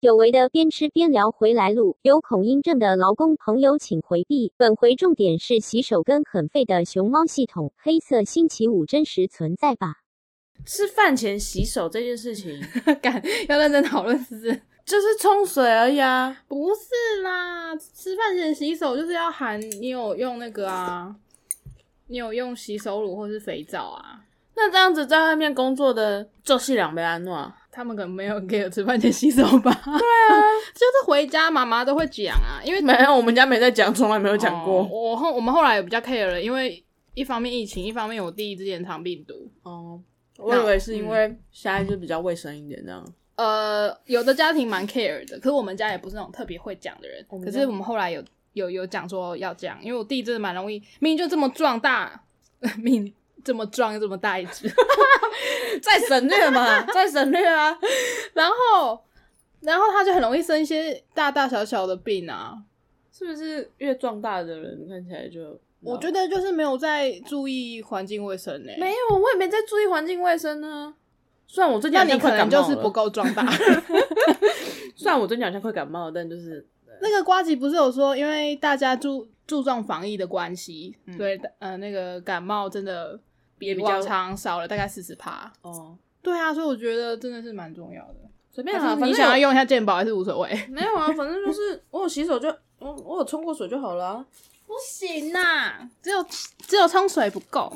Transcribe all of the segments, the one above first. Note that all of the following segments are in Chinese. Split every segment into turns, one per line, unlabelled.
有为的边吃边聊回来录，有恐音症的劳工朋友请回避。本回重点是洗手跟很废的熊猫系统，黑色星期五真实存在吧？
吃饭前洗手这件事情，
干要认真讨论是不是？
就是冲水而已啊。
不是啦，吃饭前洗手就是要含你有用那个啊，你有用洗手乳或是肥皂啊。
那这样子在外面工作的做细两杯安诺，啊
他们可能没有给我吃饭前洗手吧？对啊， 就是回家妈妈都会讲啊，因 为
没有，我们家没在讲，从来没有讲过。
哦我后我们后来也比较 care 了，因为一方面疫情，一方面我弟之前肠病毒。
哦，我以为是因
嗯
为虾就比较卫生一点这样。
呃，有的家庭蛮 care 的，可是我们家也不是那种特别会讲的人。
我们
可
家
是我们后来有有有讲说要这样，因为我弟真的蛮容易，明明就这么壮大， 明明这么壮又这么大一 只，
再省略 嘛，再省略啊。
然后然后他就很容易生一些大大小小的病啊。
是不是越壮大的人看起来就？
我觉得就是没有在注意环境卫生呢、欸
没有，我也没在注意环境卫生啊呢。虽然我最近
那
好
你
像
可
快感
能
冒
就是
了
不，够壮大。
虽然我最近好像快感冒了，但就是
那个瓜吉不是有说，因为大家注注重防疫的关系，所以呃，那个感冒真的
嗯也
比
比较
往常少了大概四十趴。
哦，
对啊，所以我觉得真的是蛮重要的。
随便啊，
但
反正
是你想要
有
用一下健保还是无所谓。
没有 啊？反正就是我有洗手就我我有冲过水就好了、啊。
不行呐、只有只有冲水不够。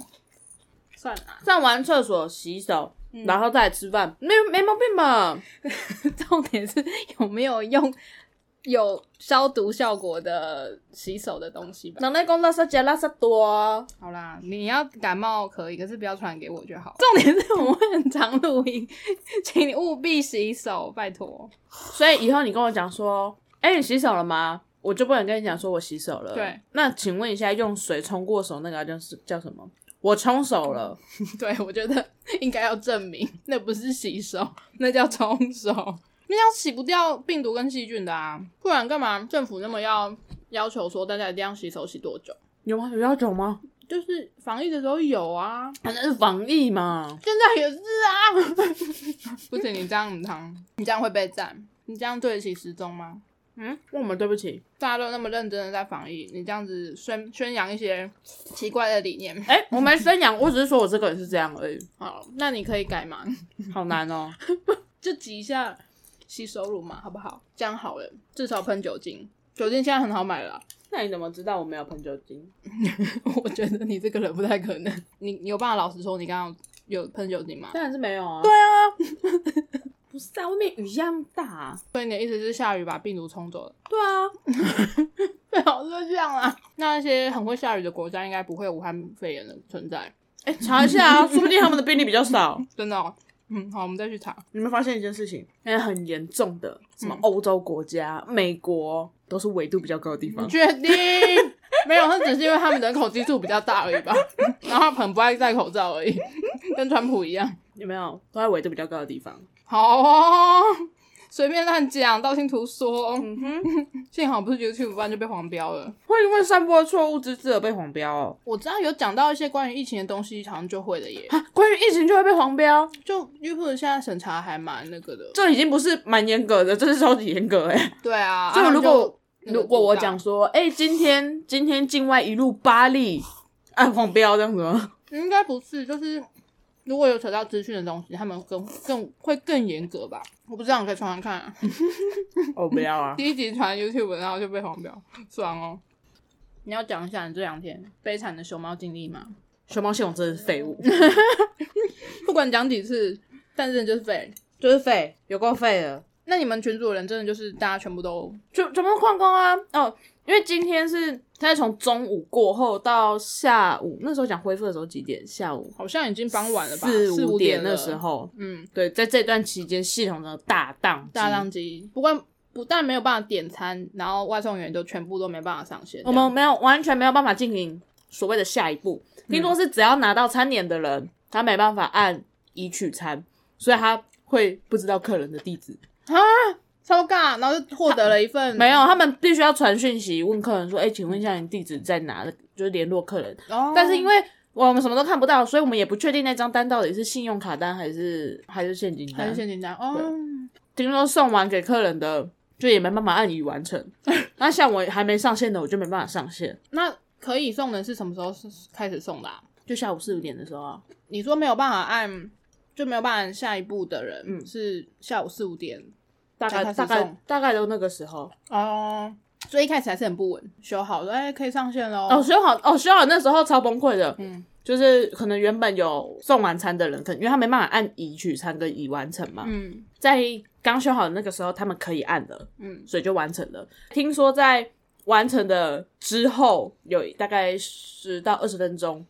算了啦，
上完厕所洗手，然后再来吃饭，没没毛病吧？
重点是有没有用有消毒效果的洗手的东西吧。
脑袋公垃圾加垃圾多、啊，
好啦，你要感冒可以，可是不要传染给我就好。重点是我们很常录音，请你务必洗手，拜托。
所以以后你跟我讲说，哎、你洗手了吗？我就不能跟你讲说我洗手了。
对，
那请问一下，用水冲过手那个叫是叫什么？我冲手了。
对，我觉得应该要证明那不是洗手，那叫冲手。那要洗不掉病毒跟细菌的啊，不然干嘛政府那么要要求说大家一定要洗手洗多久？
有吗？有要酒吗？
就是防疫的时候有啊，
反正是防疫嘛。
现在也是啊。 不行，你这样很汤，你这样会被赞，你这样对得起时钟吗？
嗯，问我们对不起。
大家都那么认真的在防疫，你这样子宣宣扬一些奇怪的理念，
哎、我没生养，我只是说我这个人是这样而已。
好，那你可以改吗？
好难 哦、
就挤一下洗手乳嘛，好不好？这样好了，至少喷酒精，酒精现在很好买了啊、
那你怎么知道我没有喷酒精？
我觉得你这个人不太可能，你你有办法老实说你刚刚有喷酒精吗？
当然是没有啊。对啊。 不是啊，外面雨下那么大、啊
所以你的意思是下雨把病毒冲 走了？
对啊，
最好是这样啦。那一些很会下雨的国家应该不会有武汉肺炎的存 在，
哎、查一下啊，说不定他们的病例比较少。
真的、哦。嗯，好，我们再去查。
你有没有发现一件事情？嗯那些哎很严重的，什么欧洲国家、美国，都是纬度比较高的地方。
确定？没有，那只是因为他们人口基数比较大而 已吧。然后很不爱戴口罩而已，跟川普一样。
有没有？都在纬度比较高的地方。
好哦，随便乱讲，道听途说。
嗯哼，
幸好不是 YouTube，不然就被黄标了。
会因为散播错误之字而被黄标哦。
我知道有讲到一些关于疫情的东西，好像就会了耶。
啊，关于疫情就会被黄标，
就 YouTube 现在审查还蛮那个的。
这已经不是蛮严格的，这是超级严格哎、
对啊，
所以
啊
如果
那个
如果我
主打
讲说，哎、今天今天境外一路八例，哎、黄标这样子吗？
应该不是，就是如果有扯到资讯的东西，他们更更会更严格吧。我不知道，你可以传传看、啊。
我不要啊。
第一集传 YouTube，然后就被黄标，爽哦！你要讲一下你这两天悲惨的熊猫经历吗？
熊猫系统真的是废物，
不管讲几次，但是就是废。
就是废，有够废了。
那你们群主的人真的就是大家全部都
全全部都旷工啊！哦，因为今天是他在从中午过后到下午，那时候讲恢复的时候几点？下午
好像已经傍晚了吧，
四
五
五点
了
那时，候。
嗯，
对，在这段期间，系统的大宕机
大当机，不管不但没有办法点餐，然后外送员都全部都没办法上线。
我们没有完全没有办法进行所谓的下一步。听说是只要拿到餐点的人，他没办法按已取餐，所以他会不知道客人的地址。
这样超尬，然后就获得了一
嗯
份
没有，，他们必须要传讯息问客人说：“哎、请问一下，你地址在哪？”就是联络客人。
哦
但是因为我们什么都看不到，所以我们也不确定那张单到底是信用卡单还是还是现金
还
单
是。现金单哦，
听说送完给客人的就也没办法按已完成。 那像我还没上线的，我就没办法上线，
那可以送的是什么时候是开始送的、啊？
就下午四五点的时候啊。
你说没有办法按，就没有办法按下一步的人，
嗯
是下午四五点
大概
才开始
大概
送
大概都那个时候
哦，所以一开始还是很不稳，修好了，哎、可以上线喽。
哦，修好哦，修好那时候超崩溃的，
嗯
就是可能原本有送完餐的人，可能因为他没办法按已取餐跟已完成嘛，
嗯
在刚修好的那个时候他们可以按的，
嗯，
所以就完成了。听说在完成的之后，有大概十到二十分钟，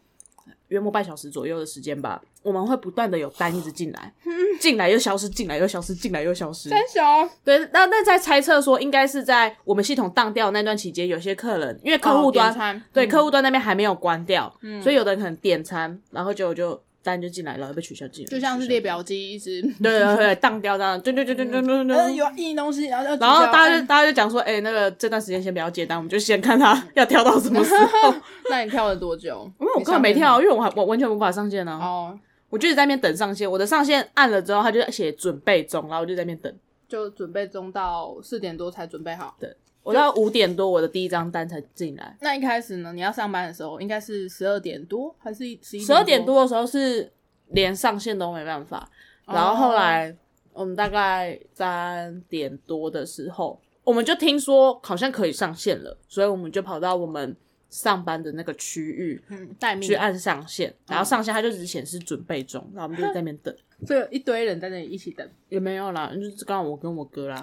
约莫半小时左右的时间吧，我们会不断的有单一直进 来，进来又消失，进来又消失，进来又消失。
三小
对，那那在猜测说，应该是在我们系统当掉那段期间，有些客人因为客户端、
哦点餐
对、
嗯
客户端那边还没有关掉，
嗯
所以有的人可能点餐，然后结果就单就进来了，被取消进来，
就像是列表机一直，
对 对对，当掉这样，对对对对对对对。
呃，有嗯印东西，然后
然后大家就
就，
大家就讲说，哎、那个这段时间先不要接单，我们就先看他要跳到什么时 候。
那你跳了多久？
因为我
你
根本没
上
跳，因为我还我完全无法上线
线
啊，
哦，
我就一直在那边等上线。我的上线按了之后，他就写准备中，然后我就在那边等。
就准备中到四点多才准备好。
我到五点多，我的第一张单才进来。
那一开始呢，你要上班的时候应该是十二点多还是十一？
十二点多的时候是连上线都没办法，
哦
然后后来我们大概三点多的时候，我们就听说好像可以上线了，所以我们就跑到我们上班的那个区域
嗯，待命
去，按上线，然
嗯
后上线它就只显示准备中，然后我们就在那边 等，
所以有一堆人在那里一起等，
也没有啦，就是刚好我跟我哥啦，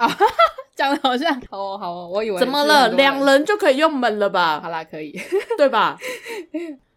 讲的好像好哦好哦，啊我以为
怎么
是
了？
很多人
两人就可以用门了吧
好？啦，可以，
对 吧？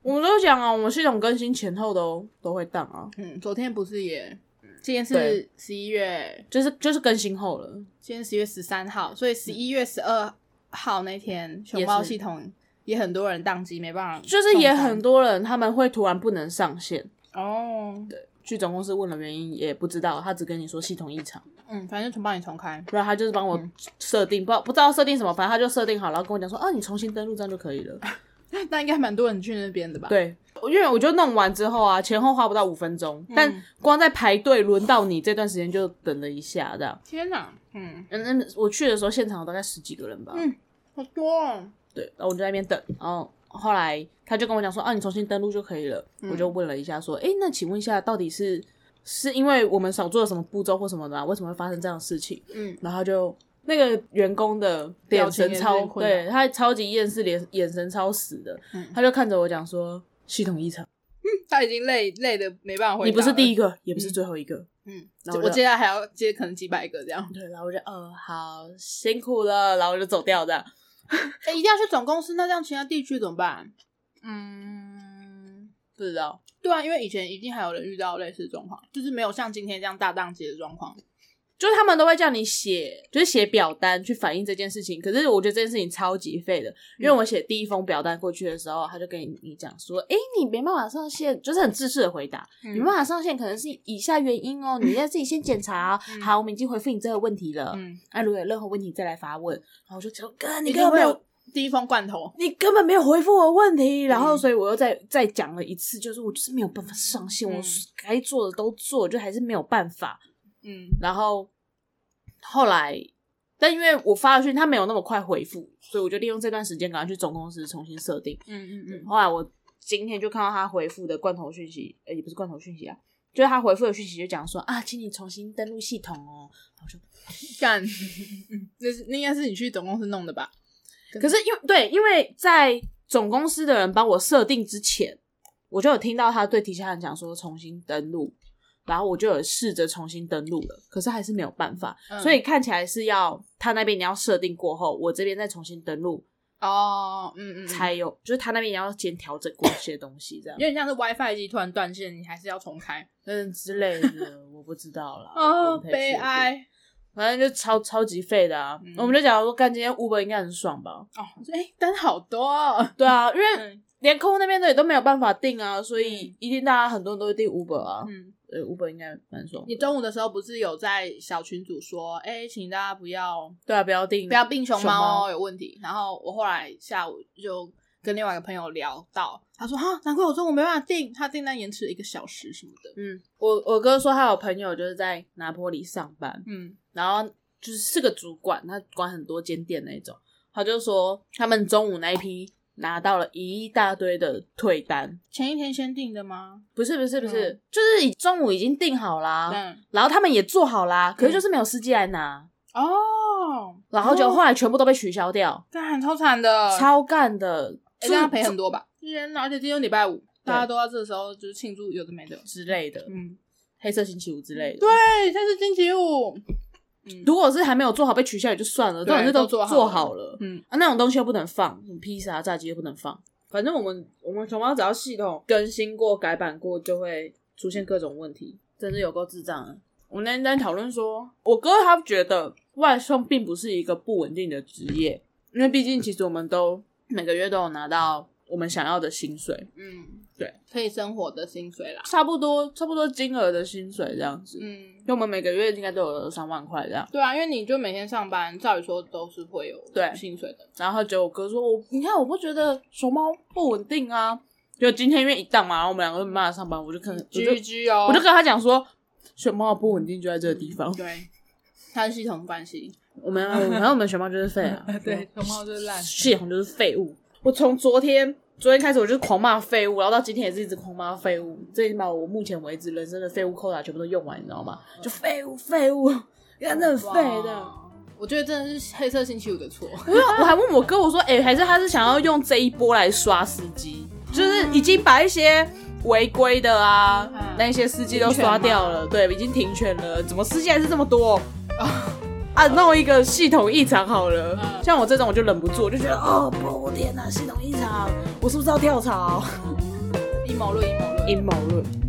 我们都讲啊，我们系统更新前后都都会当啊，
嗯，昨天不是也，今天是
对
十一月，
就是就是更新后了。
今天十月十三号，所以十一月十二号那天，熊猫系统也很多人宕机，没办法送餐，
嗯就是也很多人他们会突然不能上线，
哦，
去总公司问了原因也不知道，他只跟你说系统异常，
嗯，反正就帮你重开，
不然他就是帮我设定，不知道不知道设定什么，反正他就设定好，然后跟我讲说，啊，你重新登录这样就可以了。
那应该蛮多人去那边的吧？，
对，因为我就弄完之后啊，前后花不到五分钟，但光在排队轮到你这段时间就等了一下这样。
天哪，嗯，
嗯嗯，我去的时候现场有大概十几个人吧，
嗯好多哦，
对，然后我就在那边等，然后后来他就跟我讲说，啊，你重新登录就可以了。我
嗯
就问了一下，说，诶，那请问一下，到底是是因为我们少做了什么步骤或什么的、啊，为什么会发生这样的事情？
嗯，
然后他就那个员工的
表
眼
情
神
也是
超，
困扰
对他超级厌世，脸眼神超死的，
嗯
他就看着我讲说，系统异常，
他已经累累的没办法回答，
你不是第一
一，
个，也不是最后一个。
嗯，
然后
我
就
接下来还要接可能几百个这 样，
对，然后我就，呃，好辛苦了，然后我就走掉的。
哎，一定要去总公司，那这样其他地区怎么办？嗯。
不知道，
对啊，因为以前一定还有人遇到类似状况，就是没有像今天这样大宕机的状况。
就是他们都会叫你写，就是写表单去反映这件事情。可是我觉得这件事情超级废的，因
嗯
为我写第一封表单过去的时候，他就跟你你讲说，诶，你没办法上线，就是很自私的回答，
嗯
你没办法上线可能是以下原因哦，你要自己先检查、哦。
嗯
好，我们已经回复你这个问题了，
嗯，
那、如果有任何问题再来发问。然后我就说，哥，你
一
根
定
本
会
没有
有。第一封罐头，
你根本没有回复我问题，然后
嗯
所以我又再再讲了一次，就是我就是没有办法上线，我
嗯
该做的都做，就还是没有办法。
嗯
然后后来，但因为我发了讯，他没有那么快回复，所以我就利用这段时间赶快去总公司重新设定。
嗯嗯
后来我今天就看到他回复的罐头讯息，呃，也不是罐头讯息啊，就是他回复的讯息就讲说啊，请你重新登录系统哦。
干，那是那应该是你去总公司弄的吧？
可是因为对，因为在总公司的人帮我设定之前，我就有听到他对提下人讲说重新登录。然后我就有试着重新登录了，可是还是没有办法，
嗯
所以看起来是要他那边你要设定过后，我这边再重新登录
哦，嗯嗯，
才有，就是他那边也要先调整过一些东西， 这样
有点像是 WiFi 机突然断线，你还是要重开。
嗯之类的，我不知道 啦。
哦，
啊我不太确定
悲，哀
反正就超超级废的啊！
嗯
我们就讲说，干今天 Uber 应该很爽吧？
哦，哎，单好多哦。
对啊，因为
嗯
连客户那边的也都没有办法订啊，所以
嗯
一定大家很多人都会订 Uber 啊。
嗯，
呃，Uber 应该蛮爽的。
你中午的时候不是有在小群组说，哎，请大家不要
对啊，不要订，
不要病熊
熊
猫
猫
哦，有问题。然后我后来下午就跟另外一个朋友聊到，他说哈，难怪我中午没办法订，他订单延迟了一个小时什么的。
嗯，我我哥说他有朋友就是在拿坡里上班，
嗯，
然后就是是个主管，他管很多间店那一种，他就说他们中午那一批拿到了一大堆的退单，
前一天先订的吗？
不是不是不是，就是已中午已经订好啦，
嗯，
然后他们也做好啦，可是就是没有司机来拿，
哦，
然后就
哦
后来全部都被取消掉，
干超惨的，
超干的，就
哎
是
这样赔很多吧？天哪！而且今天礼拜五，大家都要这时候就是庆祝有的没的。
之类的，
嗯，
黑色星期五之类的。
对，这是星期五。
如果是还没有做好被取消也就算了，
对
但是都
都做好了
做好了，
嗯，
啊，那种东西又不能放，什么披萨、炸鸡又不能放。反正我们我们熊猫只要系统更新过、改版过，就会出现各种问题，真是有够智障啊！我们那天在讨论说，我哥他觉得外送并不是一个不稳定的职业，因为毕竟其实我们都每个月都有拿到我们想要的薪水，
嗯，
对，
可以生活的薪水啦。
差不多差不多金额的薪水这样子。
嗯，
就我们每个月应该都有三万块这样。
对啊，因为你就每天上班，照理说都是会有
对
薪水的。
然后结果我哥说：“我你看，我不觉得熊猫不稳定啊。”就今天因为一档嘛，然后我们两个就没办法上班，我就看，我就
G G 哦，
我就跟他讲说，熊猫不稳定就在这个地方。
对，它是系统关系。
我们啊我反正我们熊猫就是废啊，
对，熊猫就是烂。
系统就是废物。我从昨天昨天开始，我就是狂骂废物，然后到今天也是一直狂骂废物，这已经把我目前为止人生的废物扣打全部都用完，你知道吗？就废物废物，真的很废的。
哇，我觉得真的是黑色星期五的错。
我有 我还问我哥，我说，哎、还是他是想要用这一波来刷司机，就是已经把一些违规的啊，
嗯
那一些司机都刷掉了，对，已经停权了，怎么司机还是这么多？啊，弄一个系统异常好了，
嗯
像我这种我就忍不住，我就觉得，哦，不，天哪，系统异常，我是不是要跳槽？
阴谋论，阴谋论，
阴谋论。